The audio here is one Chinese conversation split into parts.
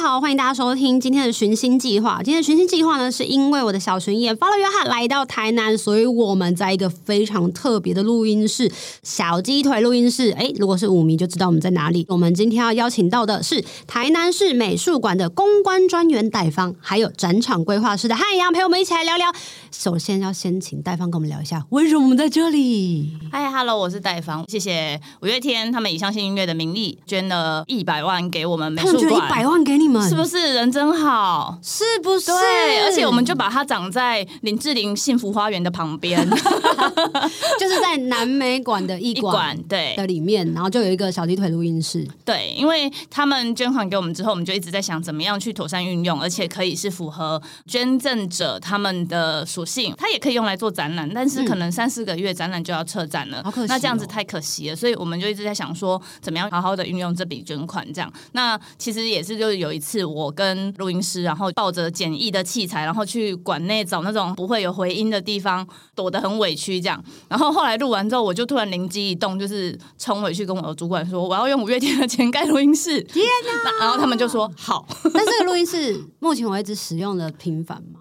好，欢迎大家收听今天的寻星计划。今天的寻星计划呢，是因为我的小巡演《发了约翰》来到台南，所以我们在一个非常特别的录音室——小鸡腿录音室。诶，如果是舞迷就知道我们在哪里。我们今天要邀请到的是台南市美术馆的公关专员戴芳，还有展场规划师的汉阳，陪我们一起来聊聊。首先要先请戴芳跟我们聊一下，为什么我们在这里？嗨，Hello，我是戴芳，谢谢五月天他们以相信音乐的名义捐了一百万给我们美他们术捐一百馆，万给你们，是不是人真好？是不是？对，而且我们就把它长在林志玲幸福花园的旁 边 就是在南美馆的 一一馆馆，对的里面，然后就有一个小鸡腿录音室。对，因为他们捐款给我们之后，我们就一直在想怎么样去妥善运用，而且可以是符合捐赠者他们的属性，它也可以用来做展览，但是可能三四个月展览就要撤展了，嗯好可惜哦那这样子太可惜了，所以我们就一直在想说怎么样好好的运用这笔捐款，这样。那其实也是就是有一次我跟录音师，然后抱着简易的器材，然后去馆内找那种不会有回音的地方，躲得很委屈这样。然后后来录完之后，我就突然灵机一动，就是冲回去跟我的主管说，我要用五月天的钱盖录音室。天哪！然后他们就说 好。但这个录音室目前为止使用的频繁吗？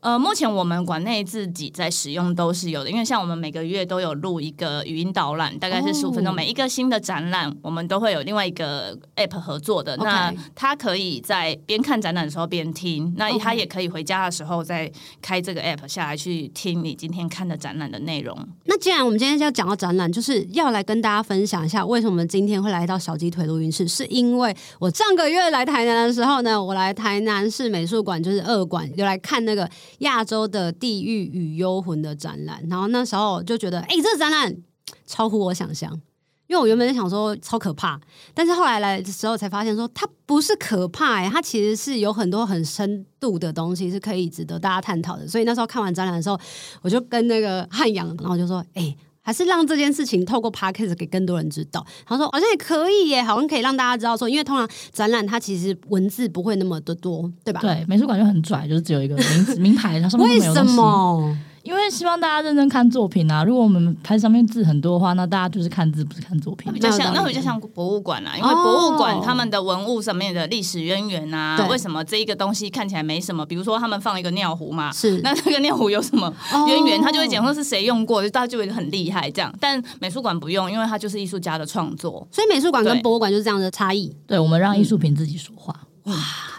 呃，目前我们馆内自己在使用都是有的，因为像我们每个月都有录一个语音导览，大概哦是十五分钟。每一个新的展览，我们都会有另外一个 app 合作的。 OK 那它可以在边看展览的时候边听，那 OK 它也可以回家的时候再开这个 app 下来去听你今天看的展览的内容。那既然我们今天要讲到展览，就是要来跟大家分享一下，为什么我们今天会来到小鸡腿录音室，是因为我上个月来台南的时候呢，我来台南市美术馆，就是二馆，有来看那个亚洲的地狱与幽魂的展览，然后那时候就觉得，哎、这个展览超乎我想象。因为我原本想说超可怕，但是后来来的时候才发现说它不是可怕、欸，它其实是有很多很深度的东西是可以值得大家探讨的。所以那时候看完展览的时候，我就跟那个汉阳，然后我就说，哎、还是让这件事情透过 podcast 给更多人知道。他说好像也可以耶，好像可以让大家知道说，因为通常展览它其实文字不会那么的多，对吧？对，美术馆就很拽，就是只有一个名字名牌，它上面为都没有什东西。么？因为希望大家认真看作品啊！如果我们拍上面字很多的话，那大家就是看字不是看作品那。比较像，那有道理嗯那比较像博物馆啊啦，因哦为博物馆他们的文物上面的历史渊源啊对，为什么这一个东西看起来没什么？比如说他们放一个尿壶啊嘛，是 那这个尿壶有什么哦渊源？他就会讲说是谁用过，就大家就会很厉害这样。但美术馆不用，因为它就是艺术家的创作，所以美术馆跟对博物馆就是这样的差异。对，我们让艺术品自己说话。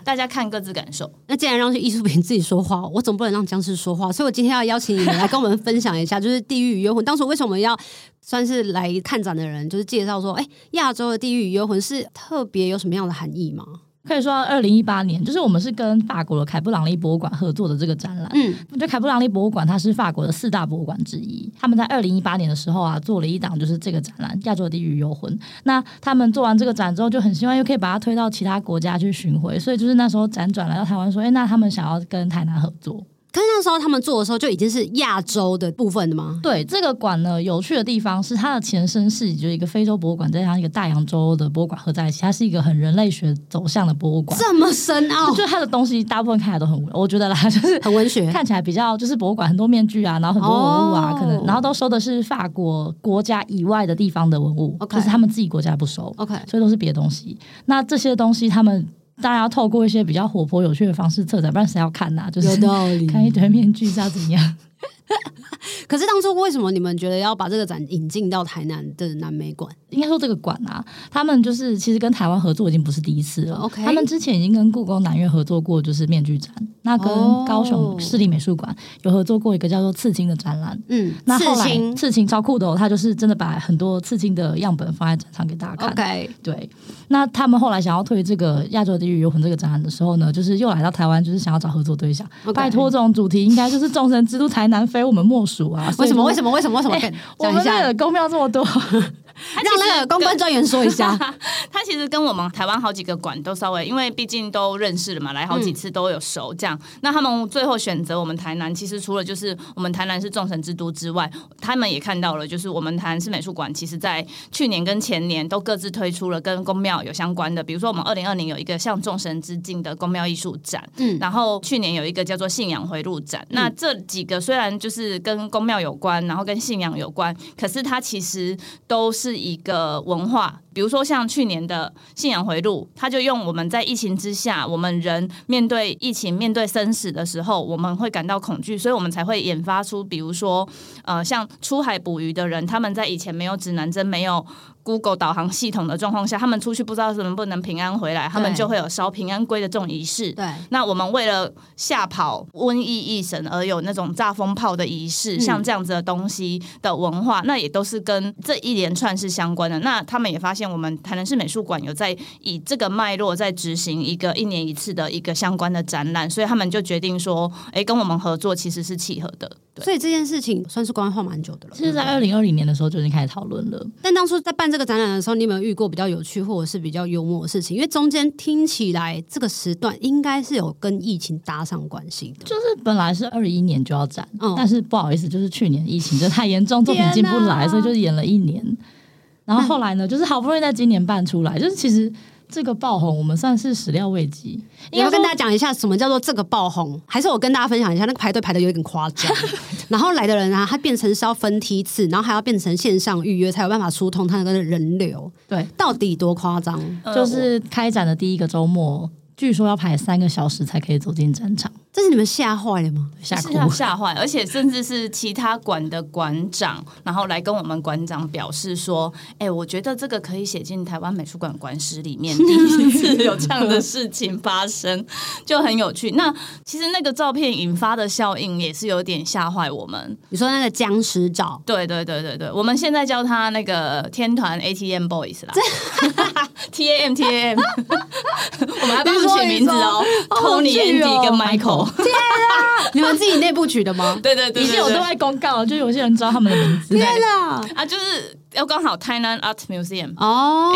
大家看各自感受。那既然让艺术品自己说话，我总不能让僵尸说话，所以我今天要邀请你们来跟我们分享一下，就是《地狱与幽魂》当初为什么要算是来看展的人，就是介绍说，哎、亚洲的《地狱与幽魂》是特别有什么样的含义吗？可以说，二零一八年就是我们是跟法国的凯布朗利博物馆合作的这个展览。嗯，就凯布朗利博物馆，它是法国的四大博物馆之一。他们在二零一八年的时候啊，做了一档就是这个展览《亚洲地狱幽魂》。那他们做完这个展之后，就很希望又可以把它推到其他国家去巡回，所以就是那时候辗转来到台湾，说，哎，那他们想要跟台南合作。可是那时候他们做的时候就已经是亚洲的部分的吗？对这个馆呢，有趣的地方是它的前身是就是一个非洲博物馆，再加上一个大洋洲的博物馆合在一起，它是一个很人类学走向的博物馆。这么深 奥就，是它的东西大部分看起来都很无聊，我觉得啦，就是哦 很文学。看起来比较就是博物馆很多面具啊，然后很多文物啊，哦可能然后都收的是法国国家以外的地方的文物 OK 就是他们自己国家不收 OK，所以都是别的东西。那这些东西他们当然要透过一些比较活泼有趣的方式策展，不然谁要看呐、就是有道理。 看一堆面具是要怎样？可是当初为什么你们觉得要把这个展引进到台南的南美馆？应该说这个馆啊，他们就是其实跟台湾合作已经不是第一次了。哦 OK 他们之前已经跟故宫南院合作过，就是面具展，那跟哦高雄市立美术馆有合作过一个叫做刺青的展览。嗯，那刺后来青。刺青超酷的哦，他就是真的把很多刺青的样本放在展场给大家看。 OK，对，那他们后来想要推这个亚洲地狱游魂这个展览的时候呢，就是又来到台湾，就是想要找合作对象。 OK 拜托，这种主题应该就是众神之都台南非我们莫属啊！ 为什么？为什么？么？为什么？为什么？哎跟讲我一们下那个公庙这么多，它其让实那个公跟关专员说一 下。 他其实跟我们台湾好几个馆都稍微，因为毕竟都认识了嘛，来好几次都有熟这样。那他们最后选择我们台南，其实除了就是我们台南是众神之都之外，他们也看到了，就是我们台南市美术馆，其实在去年跟前年都各自推出了跟宫庙有相关的，比如说我们二零二零有一个向众神致敬的宫庙艺术展，嗯然后去年有一个叫做信仰回路展。那这几个虽然就是跟宫庙有关，然后跟信仰有关，可是它其实都是一个文化。比如说像去年的信仰回路，它就用我们在疫情之下，我们人面对疫情、面对生死的时候，我们会感到恐惧，所以我们才会研发出，比如说呃，像出海捕鱼的人，他们在以前没有指南针、没有 Google 导航系统的状况下，他们出去不知道能不能平安回来，他们对就会有烧平安龟的这种仪式。对，那我们为了吓跑瘟疫疫神而有那种炸风炮的仪式，嗯像这样子的东西的文化，那也都是跟这一连串是相关的。那他们也发现，我们台南市美术馆有在以这个脉络在执行一个一年一次的一个相关的展览，所以他们就决定说，哎，跟我们合作其实是契合的。对，所以这件事情算是规划蛮久的了。嗯其实，在二零二零年的时候就已经开始讨论了。但当初在办这个展览的时候，你有没有遇过比较有趣或者是比较幽默的事情？因为中间听起来这个时段应该是有跟疫情搭上关系的。就是本来是二一年就要展，嗯但是不好意思，就是去年疫情就太严重，作品进不天来，哪所以就延了一年。然后后来呢，就是好不容易在今年办出来，就是其实这个爆红，我们算是始料未及。你应该要说跟大家讲一下什么叫做这个爆红，还是我跟大家分享一下那个排队排的有点夸张， 然后来的人啊，他变成是要分梯次，然后还要变成线上预约才有办法疏通他那个人流，对，到底多夸张？呃就是开展的第一个周末，据说要排三个小时才可以走进展场，这是你们吓坏了吗？吓是哭。要吓坏，而且甚至是其他馆的馆长，然后来跟我们馆长表示说：“哎、我觉得这个可以写进台湾美术馆馆史里面，第一 次有这样的事情发生，就很有趣。”那其实那个照片引发的效应也是有点吓坏我们。你说那个僵尸照，对对对对对，我们现在叫他那个天团 ATM Boys 啦，T A M T A M，我们还帮他们取名字哦好有，Tony、趣哦 Andy 跟 Michael。啊你们自己内部取的吗？对对对对对，以前我都在公告，就有些人知道他们的名字。对啦，啊，就是要刚好台南 Art Museum。哦，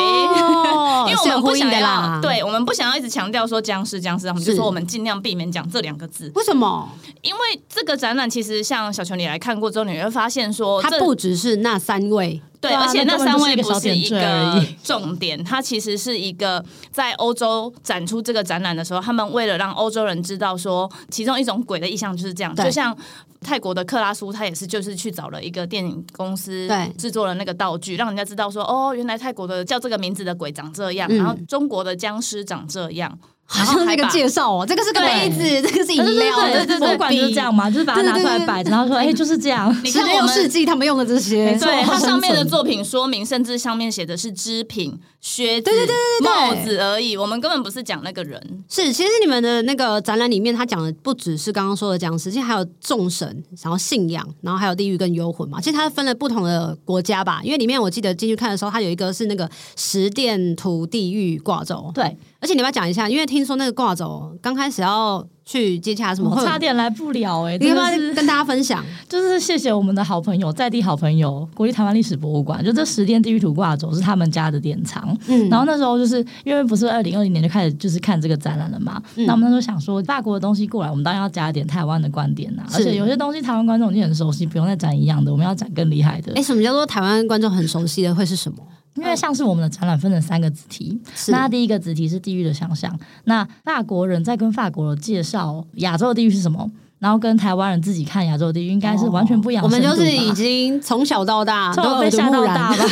哎因为我是有们不呼应想的要，啦，，对我们不想要一直强调说僵尸僵尸，我们就是说我们尽量避免讲这两个字，为什么？因为这个展览其实像小球你来看过之后，你会发现说它这不只是那三位，对，对啊而且那那根本三就是位一个不小是点一缀而个已重点，它其实是一个在欧洲展出这个展览的时候，他们为了让欧洲人知道说，其中一种鬼的意象就是这样，对就像。泰国的克拉苏，他也是就是去找了一个电影公司对制作了那个道具，让人家知道说哦，原来泰国的叫这个名字的鬼长这样，嗯然后中国的僵尸长这样，好像那然后还个把介绍哦，这个是个杯对子，这个是饮料，对这对对，是博物馆就是这样嘛，就是把它拿出来摆着，然后说：“哎，就是这样。”你十看我六们世纪他们用的这些，对，它好上面的深层作品说明，甚至上面写的是织品、靴子、对对对对对帽子而已，我们根本不是讲那个人。是，其实你们的那个展览里面，他讲的不只是刚刚说的僵尸，其实还有众神，然后信仰，然后还有地狱跟幽魂嘛。其实它分了不同的国家吧，因为里面我记得进去看的时候，它有一个是那个十殿土地狱挂轴，对，而且你们要讲一下，因为听说那个挂轴刚开始要去接洽什么，我会有差点来不了哎、你真要不的要是跟大家分享？就是谢谢我们的好朋友，在地好朋友国立台湾历史博物馆，就这十殿地狱图挂轴是他们家的典藏。嗯，然后那时候就是因为不是二零二零年就开始就是看这个展览了嘛，嗯那我们那时候想说法国的东西过来，我们当然要加一点台湾的观点呐、是而且有些东西台湾观众已经很熟悉，不用再展一样的，我们要展更厉害的哎、。什么叫做台湾观众很熟悉的会是什么？因为像是我们的展览分成三个子题，是那第一个子题是地狱的想象，那法国人在跟法国人介绍亚洲的地狱是什么，然后跟台湾人自己看亚洲的地狱应该是完全不一样哦我的深们度就吧、是已经从小到大从都小耳被濡吓目到染大 吧，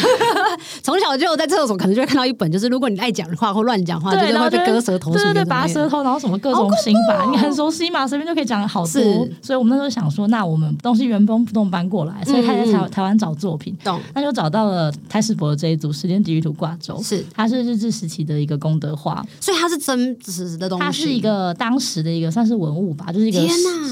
从小就在厕所可能就会看到一本，就是如果你爱讲话或乱讲话，哦就是会被割舌头对什么对的对，拔舌头，然后什么各种刑法，你很熟悉嘛，随便就可以讲好哦是多。所以我们那时候想说，那我们东西原封不动搬过来，所以他在台、嗯台湾找作品，懂那就找到了台史博的这一组《时间地狱图挂轴》。是，它是日治时期的一个功德画，所以它是真实的东西。它是一，个当时的一个算是文物吧，就是一个天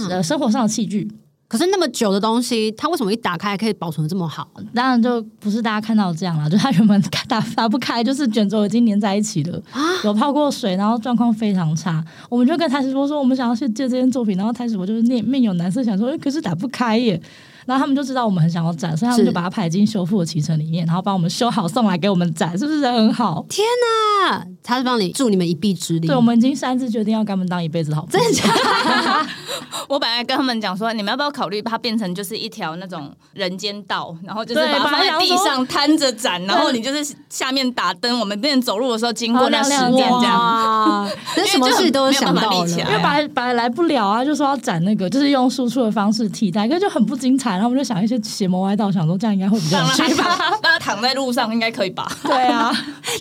哪呃生活上的器具。可是那么久的东西，它为什么一打开还可以保存得这么好？当然就不是大家看到这样啦，就它原本 打打不开，就是卷轴已经粘在一起了，啊有泡过水，然后状况非常差。我们就跟台师伯说，我们想要去借这件作品，然后台师伯就是面面有难色，想说，诶可是打不开耶。然后他们就知道我们很想要展，所以他们是就把它排进修复的脐橙里面，然后帮我们修好送来给我们展，是不是人很好？天哪，他是帮你助你们一臂之力对，。我们已经擅自决定要跟他们当一辈子好朋友。真的假的？我本来跟他们讲说，你们要不要考虑把它变成就是一条那种人间道，然后就是对把它把它放在想地说上摊着展，然后你就是下面打灯，我们变成走路的时候经过好那亮十亮点哇这样。哇，那什么事都想因到为就没有办法立起了来。因为本来本来来不了啊，就说要展那个，就是用输出的方式替代，可是就很不精彩。然后我们就想一些邪魔歪道，想说这样应该会比较让有趣它吧？让它躺在路上应该可以吧？对啊，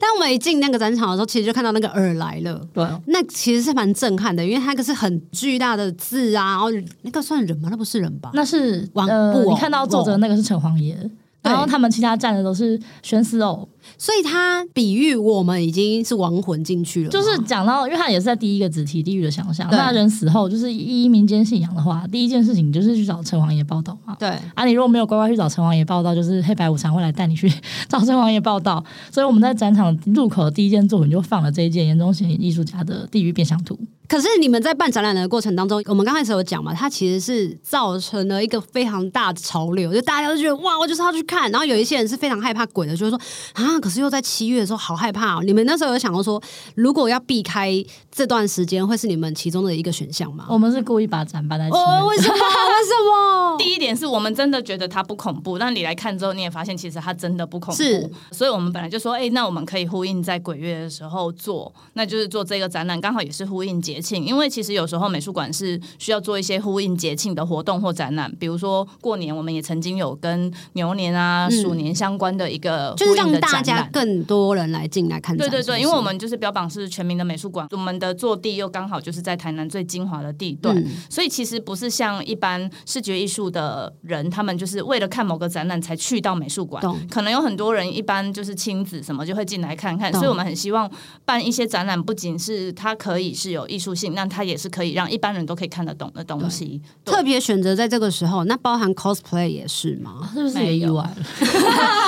但我们一进那个展场的时候，其实就看到那个耳来了。对，那其实是蛮震撼的，因为它可是很巨大的字啊，然后那个算人吗？那不是人吧？那是网呃，布偶你看到作者那个是城隍爷，对然后他们其他站的都是悬丝偶，所以它比喻我们已经是亡魂进去了吗，就是讲到，因为他也是在第一个子题地狱的想象。对那人死后，就是依民间信仰的话，第一件事情就是去找城隍爷报道嘛。对。啊，你如果没有乖乖去找城隍爷报道，就是黑白无常会来带你去 找城隍爷报道。所以我们在展场入口的第一件作品就放了这一件严中贤艺术家的《地狱变相图》。可是你们在办展览的过程当中，我们刚开始有讲嘛，它其实是呃造成了一个非常大的潮流，就大家都觉得哇，我就是要去看。然后有一些人是非常害怕鬼的，就会说啊，可是又在七月的时候好害怕、哦。你们那时候有想到说，如果要避开这段时间，会是你们其中的一个选项吗？哦我们是故意把展办在前面嗯哦，为什么？为什么？第一点是我们真的觉得它不恐怖，但你来看之后，你也发现其实它真的不恐是怖。所以我们本来就说，哎、那我们可以呼应在鬼月的时候做，那就是做这个展览，刚好也是呼应节庆。因为其实有时候美术馆是需要做一些呼应节庆的活动或展览，比如说过年，我们也曾经有跟牛年啊、嗯鼠年相关的一个就是呼应让的大展家览。更多人来进来看展。对对对，是不是因为我们就是标榜是全民的美术馆，我们的坐地又刚好就是在台南最精华的地段，嗯所以其实不是像一般视觉艺术的人，他们就是为了看某个展览才去到美术馆懂。可能有很多人一般就是亲子什么就会进来看看，懂所以我们很希望办一些展览，不仅是它可以是有艺术性，那它也是可以让一般人都可以看得懂的东西。对特别选择在这个时候，那包含 cosplay 也是吗？是不是也意外了？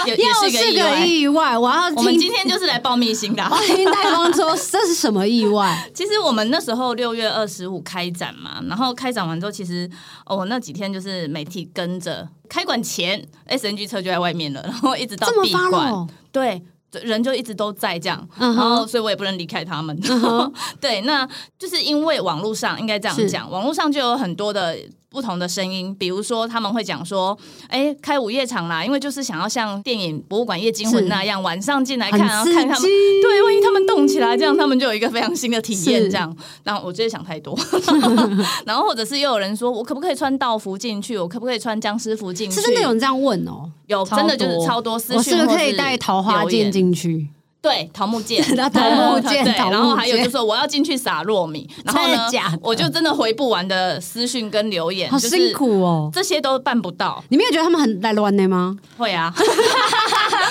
也 也又是是一个意个外。意外，我要我们今听天就是来报秘辛的啊、 听戴方说这是什么意外？其实我们那时候六月二十五开展嘛，然后开展完之后，其实哦，我那几天就是媒体跟着开馆前，S N G 车就在外面了，然后一直到这么闭发馆，了，对，人就一直都在这样，嗯然后哼，所以我也不能离开他们。嗯哼 对，那就是因为网络上应该这样讲，网络上就有很多的。不同的声音，比如说他们会讲说：“哎、开午夜场啦，因为就是想要像电影《博物馆夜惊魂》是那样，晚上进来看，然后很刺看他们激，对，万一他们动起来，这样他们就有一个非常新的体验。是这样，然后我直接想 太多。然后或者是又有人说，我可不可以穿道服进去？我可不可以穿僵尸服进去？是真的有人这样问哦，有超真的嗯就是多超多私我讯是不或是可以带桃花留言剑进去？，对，桃木剑 桃木剑对，桃木剑然后还有就是说我要进去撒糯米，然后真的假的呢，我就真的回不完的私讯跟留言，好就是辛苦哦。这些都办不到，你没有觉得他们很来乱的吗？会啊。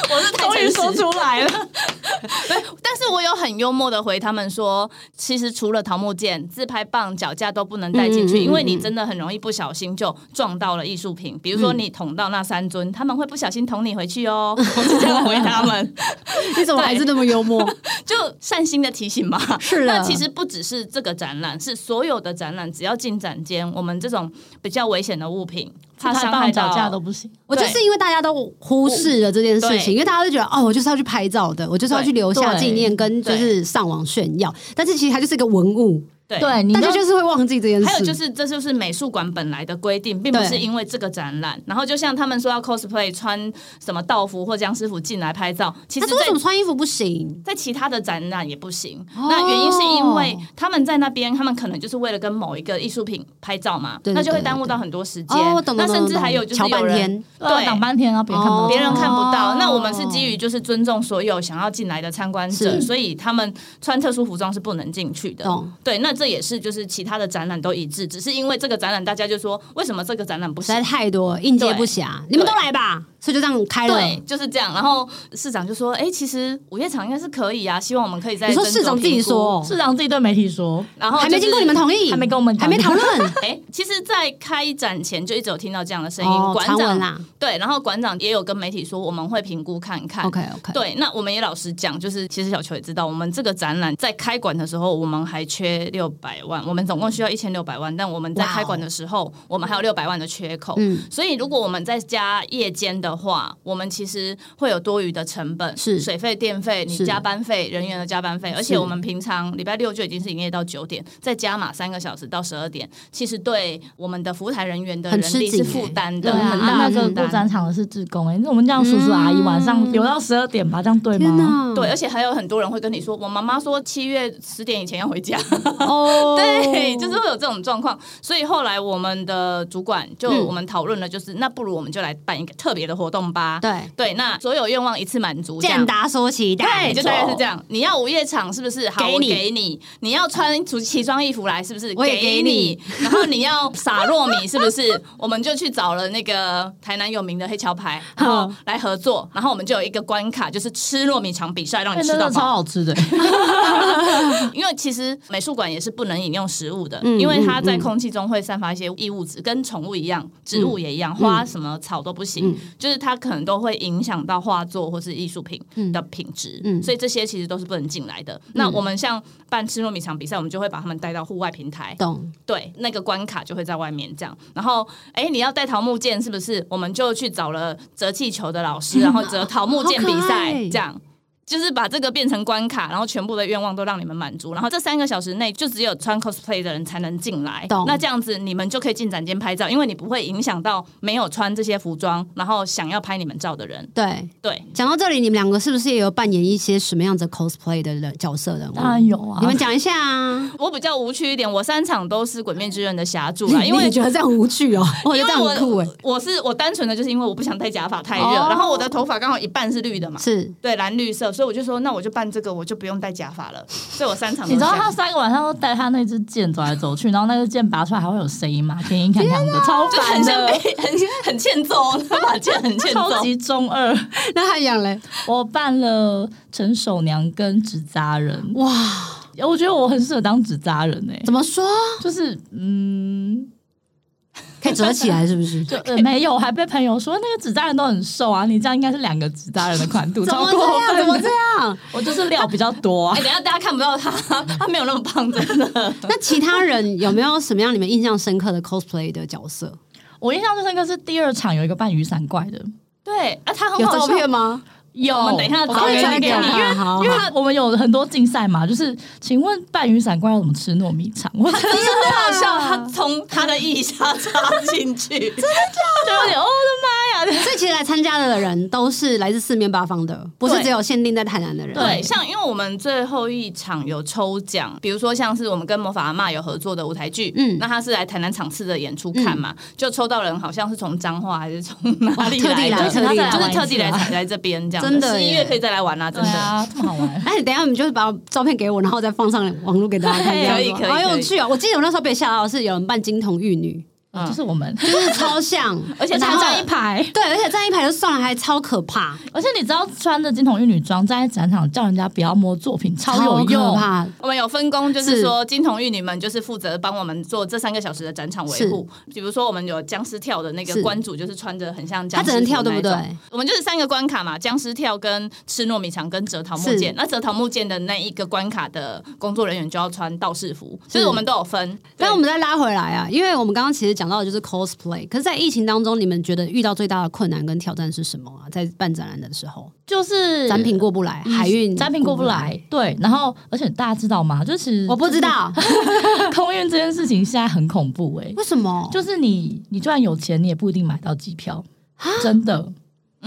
我是太诚实来了，但是我有很幽默的回他们说，其实除了桃木剑、自拍棒、脚架都不能带进嗯去，嗯嗯因为你真的很容易不小心就撞到了艺术品，比如嗯说你捅到那三尊，他们会不小心捅你回去哦。 我是这样回 他们，你怎么还是那么幽 默？就善心的提醒嘛。是那的，其实不只是这个展览，是所有的展览，只要进展间，我们这种比较危险的物品，他它伤棒害到脚架都不行。我就是因为大家都忽视了这件事情，对因为大家都觉得哦，我就是要去拍照的，我就是要去留下对纪念，跟就是上网炫耀。但是其实它就是一个文物，对。对，你大家就就是会忘记这件事。嗯还有就是，这就是美术馆本来的规定，并不是对因为这个展览。然后就像他们说要 cosplay 穿什么道服或僵尸服进来拍照，其他实说为在什么穿衣服哎不行？在其他的展览也不行。哦那原因是因为他们在那边，他们可能就是为了跟某一个艺术品拍照嘛，对对那就会对耽误到很多时间。哦，我懂那懂甚懂至还有懂，就是瞧有半人天，对呃挡半天，然后别人看不到，哦别人看不到。哦那我们是基于就是尊重所有想要进来的参观者，是所以他们穿特殊服装是不能进去的。懂。对，那这也是就是其他的展览都一致，只是因为这个展览大家就说为什么这个展览不实在行？太多，应接不暇。你们都来吧，所以就这样开了。对，就是这样。然后市长就说：“哎、其实午夜场应该是可以啊，希望我们可以在。”你说市长自己说，哦市长自己对媒体说，然后、还没经过你们。同意，还没跟我们讲还没讨论哎、其实，在开展前就一直有听到这样的 声音，哦，馆传闻长啦。对，然后馆长也有跟媒体说我们会评估看看。 OK OK，对，那我们也老实讲，就是其实小球也知道，我们这个展览在开馆的时候，我们还缺六百万，我们总共需要一千六百万，但我们在哇哦开馆的时候，我们还有六百万的缺口。嗯，所以，如果我们再加夜间的话，我们其实会有多余的成本，是水费、电费、你是加班费、人员的加班费，而且是我们平常礼拜六就已经是营业到九点，再加码三个小时到十二点，其实对我们的服务台人员的很人吃力紧是欸负担对的，啊，很那大的个负过担展。场的是志工哎、那我们这样叔叔阿姨晚上有到十二点吧，这样对天吗？哪，对，而且还有很多人会跟你说，我妈妈说七月十点以前要 回家，哦，对，就是会有这种状况。所以后来我们的主管就嗯我们讨论了，就是、那不如我们就来办一个特别的活动吧。对，对，那所有愿望一次满足，这健样。达说起对，待，就大概是这样。你要午夜场是不是？好，给我你给你。你要穿出奇装异服来是不是？我也给给你。 然后你要撒糯米是不是？我们就去找了那个台南有名的黑桥牌，然后来合作。然后我们就有一个关卡，就是吃糯米肠比赛，让哎你吃真到的超饱。好吃的、 因为其实美术馆也是不能饮用食物的，嗯因为它在嗯嗯空气中会散发一些异物质，跟宠物一样，植物也一样，花什么草都不行，嗯就是它可能都会影响到画作或是艺术品的品质，嗯嗯嗯所以这些其实都是不能进来的。那我们像办吃糯米肠比赛，我们就会把他们带到户外平台，懂对，那个关卡就会在外面这样。然后，哎，你要带桃木剑是不是？我们就去找了折气球的老师，然后折桃木剑比好可赛，爱这样。哦就是把这个变成关卡，然后全部的愿望都让你们满足，然后这三个小时内就只有穿 cosplay 的人才能进来懂。那这样子你们就可以进展间拍照，因为你不会影响到没有穿这些服装，然后想要拍你们照的人。对。对，讲到这里，你们两个是不是也有扮演一些什么样子的 cosplay 的人角色人物？当然有啊，你们讲一下啊，我比较无趣一点，我三场都是《鬼面之刃》的侠主 啊啦，因为你觉得这样无趣哦，我觉因得为这样很酷哎，我是我单纯的就是因为我不想戴假发太热，哦然后我的头发刚好一半是绿的嘛，是对蓝绿色，所以我就说那我就办这个，我就不用戴假发了。所以我三场嗯都你知道这样他三个晚上都带他那只剑走来走去，然后那只剑拔出来还会有声音吗？听听看看的，超就烦很像的，被很 很欠揍，他把剑很欠揍超。级中二。 那他养嘞，我扮了陈守娘跟纸扎人，哇，我觉得我很适合当纸扎人哎、怎么说？就是嗯，可以折起来是不 是？就呃没有，我还被朋友说那个纸扎人都很瘦啊，你这样应该是两个纸扎人的宽度，怎超么过这样？分怎么这样？我就是料比较多啊哎、。等一下大家看不到他，他没有那么胖，真的。 那其他人有没有什么样你们印象深刻的 cosplay 的角色？我印象最深刻是第二场有一个扮雨伞怪的，对，啊，他很有好照笑。片吗？有，我们等一下我找可以会人传传给给我你，因为看好因为我们有很多竞赛嘛，就是请问扮雨伞怪要怎么吃糯米肠？我真的很好笑，他从他的腋下插进去，就有点哦我的妈呀！所以其实来参加的人都是来自四面八方的，不是对只有限定在台南的人。对，像因为我们最后一场有抽奖，比如说像是我们跟魔法阿嬷有合作的舞台剧，嗯嗯，那他是来台南场次的演出看嘛，就抽到人好像是从彰化还是从哪里啊哇特地的来就是特地来就是特地玩来一次啊来这边这样，真的十一耶月可以再来玩啦，真对的。啊，这么好玩。哎，等一下你们就是把照片给我，然后再放上网络给大家看，对这样可以吗可以好可有以趣哦！我记得我那时候被吓到的是有人扮金童玉女，嗯就是我们，就是超像，而且然他后站一排。对，而且站一排就算了，还超可怕，而且你知道，穿着金童玉女装站在展场叫人家不要摸作品，超有超可用。怕。我们有分工，就是是说金童玉女们就是负责帮我们做这三个小时的展场维护。比如说我们有僵尸跳的那是个关主，就是穿着很像僵他尸只能跳，服对那不一对种？我们就是三个关卡嘛，僵尸跳跟吃糯米肠跟折桃木是剑。那折桃木剑的那一个关卡的工作人员就要穿道士服，是所以我们都有分。但我们们再拉回来啊，因为我们刚刚其实讲到的就是 cosplay，可是，在疫情当中，你们觉得遇到最大的困难跟挑战是什么啊？在办展览的时候，就是嗯展品过不来，海运展品过不来，，对。然后，而且大家知道吗？就是其实我不知 道空运这件事情现在很恐怖哎、为什么，就是你你就算有钱，你也不一定买到机票，真的。嗯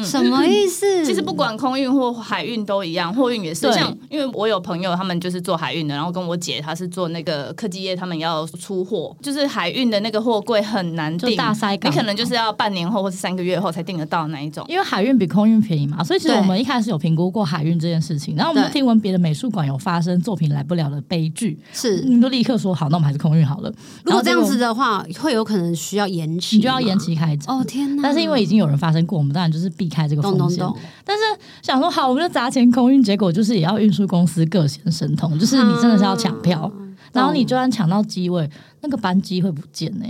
什么意 思？其实不管空运或海运都一样，货运也是对。像因为我有朋友他们就是做海运的，然后跟我姐她是做那个科技业，他们要出货，就是海运的那个货柜很难就订，大塞港你可能就是要半年后或是三个月后才订得到那一种。因为海运比空运便宜嘛，所以其实对我们一开始有评估过海运这件事情，然后我们就对听闻别的美术馆有发生作品来不了的悲剧，是我们就立刻说好，那我们还是空运好了。嗯如果这样然后结子果的话，会有可能需要延期，你就要延。期开展。哦天哪！但是因为已经有人发生过，我们当然就是避避开这个风懂懂险。懂，但是想说好，我们就砸钱空运，结果就是也要运输公司各显神通，就是啊你真的是要抢票，然后你就算抢到机位，那个班机会不见呢、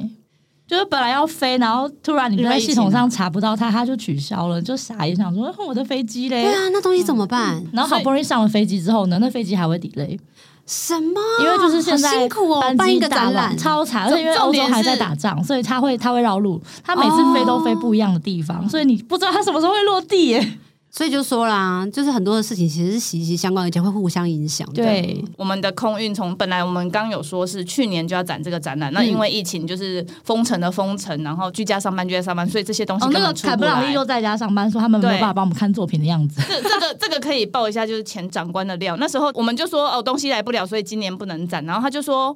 就是本来要飞，然后突然你因为在疫情系统上查不到它，它就取消了，就傻眼想说哼我的飞机嘞对。啊，那东西怎么办？然后好不容易上了飞机之后呢，那飞机还会 delay，什么？因为就是现在好辛苦哦，班办一机个大展乱览，超惨，而重且因为欧洲重还在点是打仗，所以它会它会绕路，它每次飞都飞不一样的地方，所以你不知道它什么时候会落地耶。所以就说啦，就是很多的事情其实是息息相关，而且会互相影响。 对，我们的空运从本来我们刚有说是去年就要展这个展览，那因为疫情就是封城的封城，然后居家上班居家上班，所以这些东西哦，那根个本出凯不布朗来。利又在家上班，说他们没有对办法帮我们看作品的样子。这这个这个可以爆一下，就是前长官的料。那时候我们就说哦，东西来不了，所以今年不能展。然后他就说。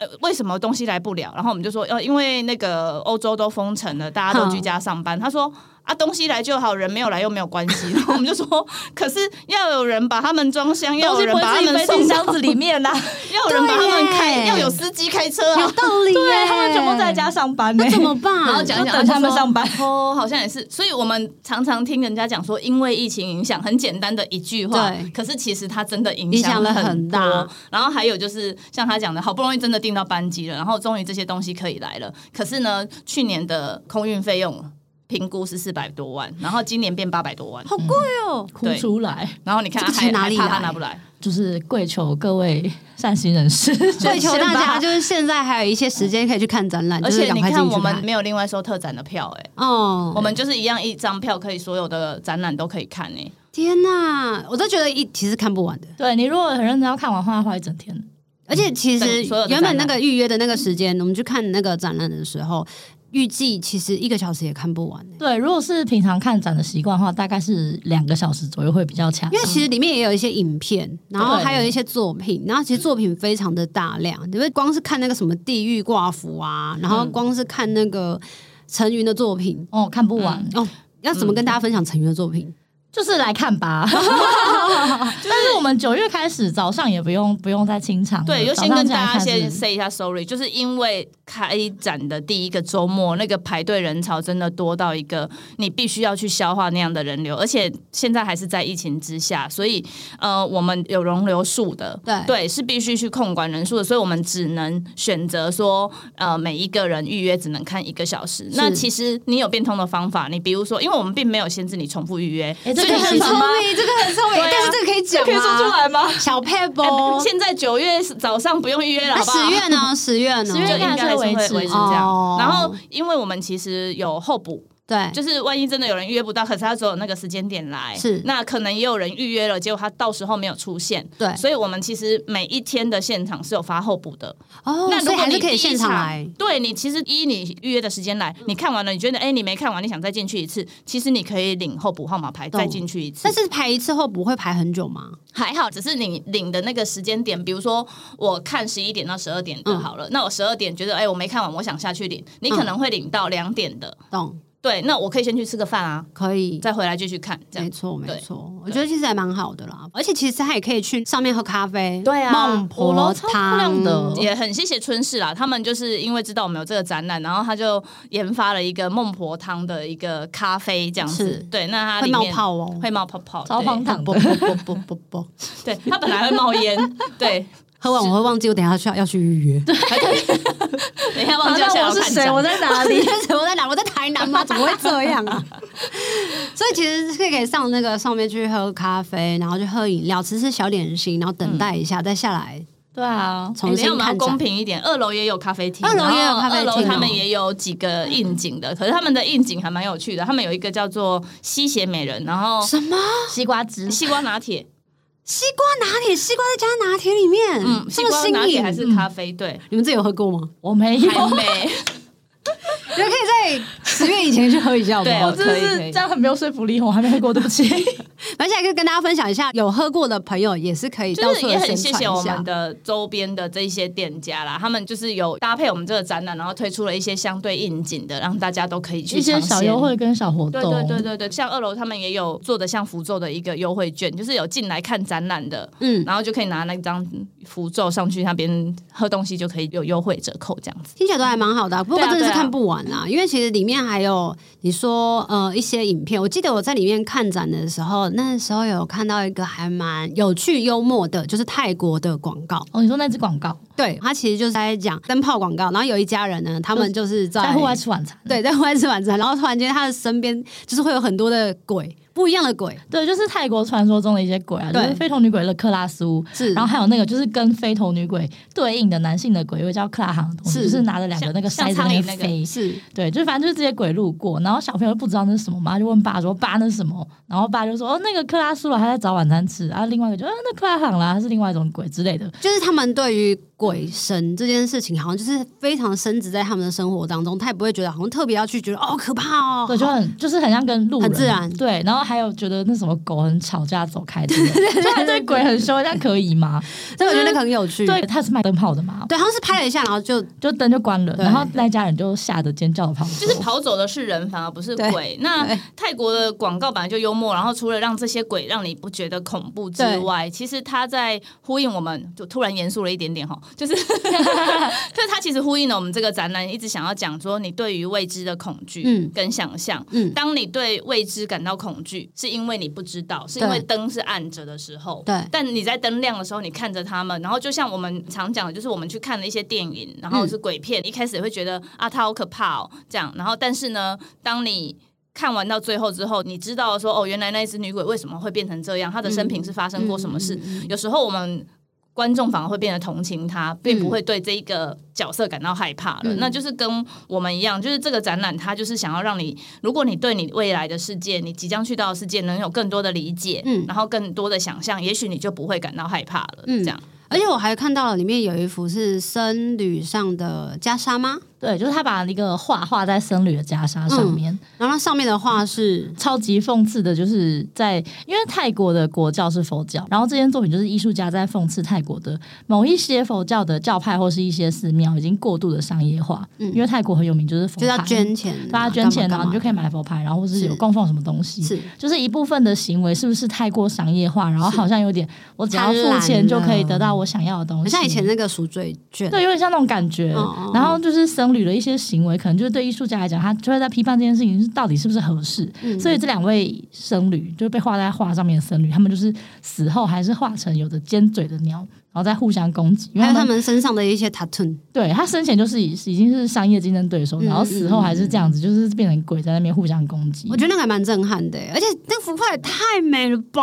呃，为什么东西来不了？然后我们就说，呃，因为那个欧洲都封城了，大家都居家上班。他说啊，东西来就好，人没有来又没有关系。然后我们就说，啊可是要有人把他们装箱，要有人把他们送到，子里面啦，要有人把他们对开，耶要有司机开车啊，有道理耶， 对他们全部在家上班呢、那怎 么办？然后讲一就讲等他们上班。就说 哦，好像也是，所以我们常常听人家讲说，因为疫情影响，很简单的一句话对，可是其实它真的影影响响了很很多大。然后还有就是像他讲的，好不容易真的订到班机了，然后终于这些东西可以来了，可是呢，去年的空运费用。评估是四百多万，然后今年变八百多万，好贵哦，哭出来，然后你看这他个钱还哪还里怕来他拿不来，就是跪求各位善心人士，所以求大家就就是现在还有一些时间可以去看展览，而就是且赶你快进看去我们看没有另外收特展的票、哎，哦，我们就是一样一张票可以所有的展览都可以看、哎，天哪，我都觉得一其实看不完的。对你如果很认真要看完，画画一整天。而且其实对所有的原本那展个预约的那个时间，我们去看那个展览的时候，预计其实一个小时也看不完、欸对，如果是平常看展的习惯的话，大概是两个小时左右会比较强因。为其实里面也有一些影片，然后还有一些作品，然后其实作品非常的大量，因为光是看那个什么地狱挂符啊，然嗯后光是看那个陈云的作品，哦，看不嗯完，要怎么跟大家分享陈云的作品？就是来看吧。 但是我们九月开始早上也不用不用再清场了，对，就嗯早先上跟进来大家看先是 say 一下 sorry，就是因为开展的第一个周末，那个排队人潮真的多到一个你必须要去消化那样的人流，而且现在还是在疫情之下，所以呃，我们有容留数的，对是必须去控管人数的，所以我们只能选择说，呃，每一个人预约只能看一个小时。那其实你有变通的方法，你比如说，因为我们并没有限制你重复预 约，诶哎这所以个你很其实聪明明，这个很聪明，但是这个可以讲吗？来吗？小 p e 哎现在九月早上不用预约了，那好啊不十好？月呢？十月呢？十月就应该应该是是维会持维持这样。哦哎然后，因为我们其实有候补，对，就是万一真的有人预约不到，可是他只有那个时间点来，是那可能也有人预约了，结果他到时候没有出现。对所以我们其实每一天的现场是有发候补的。哦，那所如以果还你是可第以一现场来。嗯对你其实依你预约的时间来，你看完了，你觉得哎、你没看完，你想再进去一次，其实你可以领候补号码牌懂再进去一次。但是排一次后不会排很久吗？还好，只是你领的那个时间点，比如说我看十一点到十二点的好了，嗯那我十二点觉得哎、我没看完，我想下去领，你可能会领到两点的，懂，对，那我可以先去吃个饭啊，可以。再回来继续看，这没样。错，对没错，我觉得其实还蛮好的啦，而且其实他也可以去上面喝咖啡，对啊孟五楼婆超漂亮汤的也很谢谢春氏啦，他们就是因为知道我们有这个展览，然后他就研发了一个孟婆汤的一个咖啡这样是子，对，那它会里冒面泡哦，会冒泡泡，超荒唐不的。不不不不不，对，对，它本来会冒烟， 对，喝完我会忘记，我等一下去要要去预约。等一下忘记了想啊要看展在哪啊 你？怎么在哪？我在台南吗？怎么会这样 啊？所以其实是可以上那个上面去喝咖啡，然后去喝饮料，吃吃小点心，然后等待一下、再下来对啊，重没有，新我们要看展。公平一点，二楼也有咖啡厅，二楼也有咖啡厅然后二哦楼他们也有几个应景的，可是他们的应景还蛮有趣的，他们有一个叫做吸血美人，然后什么西瓜汁西瓜拿铁，西瓜拿铁？西瓜再加拿铁里面，嗯，西这么瓜新拿铁颖还是咖啡，对，你们自己有喝过吗？我没有，还没，你们可以在十月以前去喝一下，好不对好我我？真的可是以可以这样很没有说服力，我还没喝过，对不起。而且还可以跟大家分享一下，有喝过的朋友也是可以到就是处也地很宣谢传谢一我下们。的周边的这一些店家啦，他们就是有搭配我们这个展览，然后推出了一些相对应景的，让大家都可以去一些尝鲜小优。惠跟小活对动，对对对对，像二楼他们也有做的像符咒的一个优惠券，就是有进来看展览的，嗯，然后就可以拿那张符咒上去那边喝东西，就可以有优惠折扣这样子。听起来都还蛮好的啊、不过真的是看不完馆啊，因为其实里面还有你说呃一些影片，我记得我在里面看展的时候，那时候有看到一个还蛮有趣幽默的，就是泰国的广告。哦，你说那支广告对，它其实就是在讲灯泡广告，然后有一家人呢，他们就是在在户外吃晚餐，对，在户外吃晚餐，然后突然间他的身边就是会有很多的鬼，不一样的鬼，对，就是泰国传说中的一些鬼啊，就对是非头女鬼的克拉斯乌，是，然后还有那个就是跟非头女鬼对应的男性的鬼，有个叫克拉航的东西，是就是拿着两个像那个像筛子苍那蝇个那个飞，是对，就反正就是这些鬼路过，然后小朋友不知道那是什么嘛，就问爸说：“爸，那是什么？”然后爸就说：“哦，那个克拉苏了，他在找晚餐吃。”然后另外一个就：“啊，那克拉罕啦，他是另外一种鬼之类的。就是他们对于鬼神这件事情，好像就是非常深植在他们的生活当中，他也不会觉得好像特别要去觉得哦可怕哦，对，就很就是很像跟路人很自然对，然后还有觉得那什么狗很吵架走开之类的，就还对鬼很凶，这样可以吗？所以我觉得那个很有趣。对，他是卖灯泡的嘛，对，好像是拍了一下，然后就就灯就关了，对然后那家人就吓得尖叫跑走，就是跑走的是人，反而不是对鬼。那对泰国的广告本来就幽默，然后除了让这些鬼让你不觉得恐怖之外，其实它在呼应我们，就突然严肃了一点点哈， 就是就是它其实呼应了我们这个展览一直想要讲说，你对于未知的恐惧嗯跟想象。嗯，当你对未知感到恐惧，是因为你不知道，是因为灯是暗着的时候。对但你在灯亮的时候，你看着他们，然后就像我们常讲的，就是我们去看了一些电影，然后是鬼片，一开始也会觉得啊，它好可怕哦，这样。然后，但是呢，当你看完到最后之后，你知道说哦，原来那只女鬼为什么会变成这样，她的生平是发生过什么事。有时候我们观众反而会变得同情他，并不会对这一个角色感到害怕了。嗯那就是跟我们一样，就是这个展览，它就是想要让你，如果你对你未来的世界，你即将去到的世界，能有更多的理解，嗯然后更多的想象，也许你就不会感到害怕了。嗯这样，而且我还看到了里面有一幅是僧侣上的袈裟吗？对，就是他把一个画画在僧侣的袈裟上嗯面，然后它上面的画是超级讽刺的，就是在因为泰国的国教是佛教，然后这件作品就是艺术家在讽刺泰国的某一些佛教的教派或是一些寺庙已经过度的商业化，嗯因为泰国很有名就是佛就是要牌，捐钱，啊大家啊捐钱，然后你就可以以买佛牌，然后或是是有供奉什么东西。是就是一部分的行为是不是太过商业化，然后好像有点我只要贪婪付钱就可以了得到我想要的东很西，像以前那个赎罪券，对，有点像那种感觉。哦哦然后就是僧侣的一些行为，可能就是对艺术家来讲，他就会在批判这件事情是到底是不是合适。嗯所以这两位僧侣就被画在画上面的僧侣，他们就是死后还是画成有着尖嘴的鸟，然后再互相攻击。因为还有他他们们身上的一些 tattoo，对他生前就是已已经是商业竞争对手，嗯然后死后还是这样子，就是变成鬼在那边互相攻击我。觉得那个还蛮震撼的，而且那幅画也太美了吧，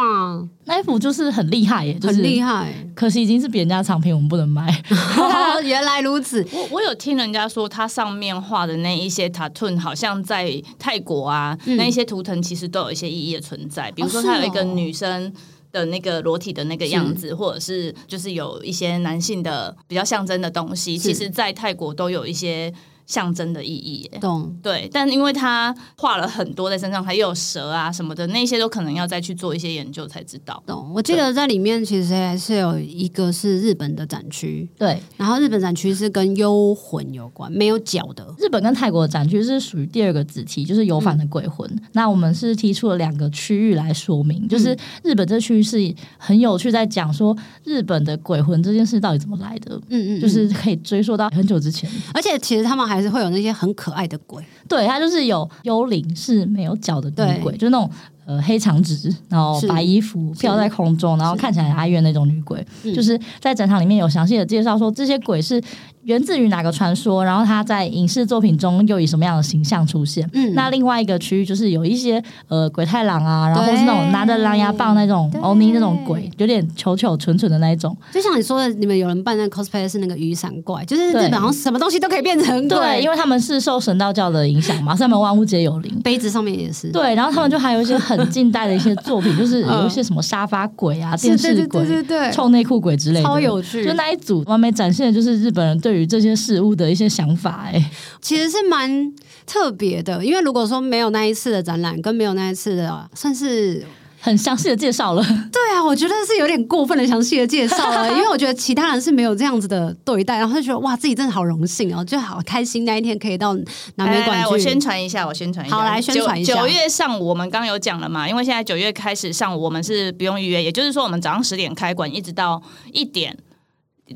那一幅就是很厉害耶，就很厉是 害。可惜已经是别人家的藏品，我们不能卖。 哦原来如此，我我有听人家说，它上面画的那一些塔顿，好像在泰国啊，嗯那一些图腾其实都有一些意义的存在。比如说，是哦它有一个女生的那个裸体的那个样子，或者是就是有一些男性的比较象征的东西，其实在泰国都有一些象征的意义耶。懂对，但因为他画了很多在身上，还有蛇啊什么的，那些都可能要再去做一些研究才知道。懂。我记得在里面其实还是有一个是日本的展区，对，然后日本展区是跟幽魂有关，没有脚的。日本跟泰国的展区是属于第二个子题，就是有反的鬼魂。嗯那我们是提出了两个区域来说明，就是日本这区域是很有趣，在讲说日本的鬼魂这件事到底怎么来的。嗯嗯，就嗯是可以追溯到很久之前，而且其实他们还是会有那些很可爱的鬼，对，它就是有幽灵是没有脚的女鬼，对就是那种呃黑长直，然后是白衣服飘在空中，然后看起来很哀怨那种女鬼，嗯就是在展场里面有详细的介绍说这些鬼是源自于哪个传说，然后它在影视作品中又以什么样的形象出现。嗯，那另外一个区域就是有一些呃鬼太郎啊，然后或是那种对拿着狼牙棒那种对欧尼那种鬼，有点糗糗蠢蠢的那一种。就像你说的，你们有人扮那个 cosplay 是那个雨伞怪，就是日对本好像什么东西都可以变成鬼，对，因为为他们是受神道教的影响嘛，所以他们万物皆有灵。杯子上面也是，对，然后他们就还有一些很近代的一些作品，就是有一些什么沙发鬼啊、是，电视对对鬼、对对臭内裤鬼之类对，的，超有趣就。那一组完美展现的就是日本人对于这些事物的一些想法、哎，其实是蛮特别的，因为如果说没有那一次的展览，跟没有那一次的，算是很详细的介绍了。 对啊，我觉得是有点过分的详细的介绍了，因为我觉得其他人是没有这样子的对待，然后就觉得哇，自己真的好荣幸哦，就好开心那一天可以到南美来来馆哎来，去。我宣传一下，我宣传一下。好来宣传一下九九月上午我们刚刚有讲了嘛，因为现在九月开始上午我们是不用预约，也就是说我们早上十点开馆，一直到一点。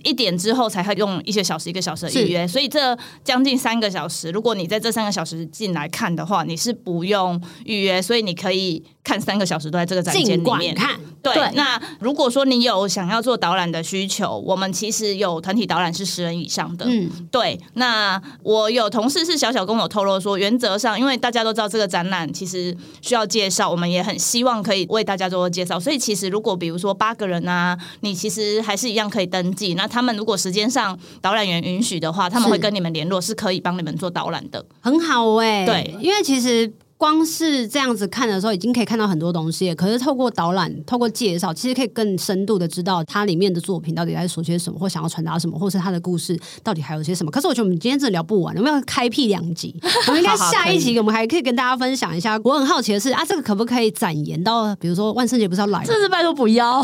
一点之后才会用一些小时一个小时的预约，所以这将近三个小时，如果你在这三个小时进来看的话，你是不用预约，所以你可以看三个小时都在这个展间尽里管面。看，对，对那如果说你有想要做导览的需求，我们其实有团体导览是十人以上的。嗯，对，那我有同事是小小跟我透露说，原则上，因为大家都知道这个展览其实需要介绍，我们也很希望可以为大家做介绍。所以其实如果比如说八个人啊，你其实还是一样可以登记。那他们如果时间上导览员允许的话，他们是会跟你们联络，是可以帮你们做导览的。很好哎、对，因为其实。光是这样子看的时候，已经可以看到很多东西了。可是透过导览、透过介绍，其实可以更深度的知道它里面的作品到底在说些什么，或想要传达什么，或是它的故事到底还有些什么。可是我觉得我们今天真的聊不完，我们要开辟两集。我们应该好好下可一以集，我们还可以跟大家分享一下。我很好奇的是啊，这个可不可以展延到，比如说万圣节不是要来了这次拜托不要，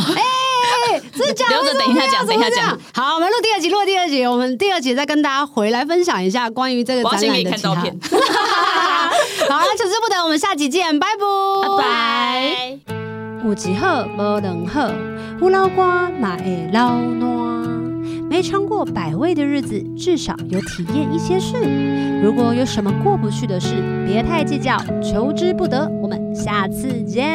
真的假的？留着等一下讲为什么等一下要这样。好，我们录第二集，录第二集，我们第二集再跟大家回来分享一下关于这个我展要先览给你的看其照他。片。 好，求之不得，我们下集见，拜拜。拜。有一好无两好，胡老瓜嘛会老暖。没尝过百味的日子，至少有体验一些事。如果有什么过不去的事，别太计较，求之不得。我们下次见。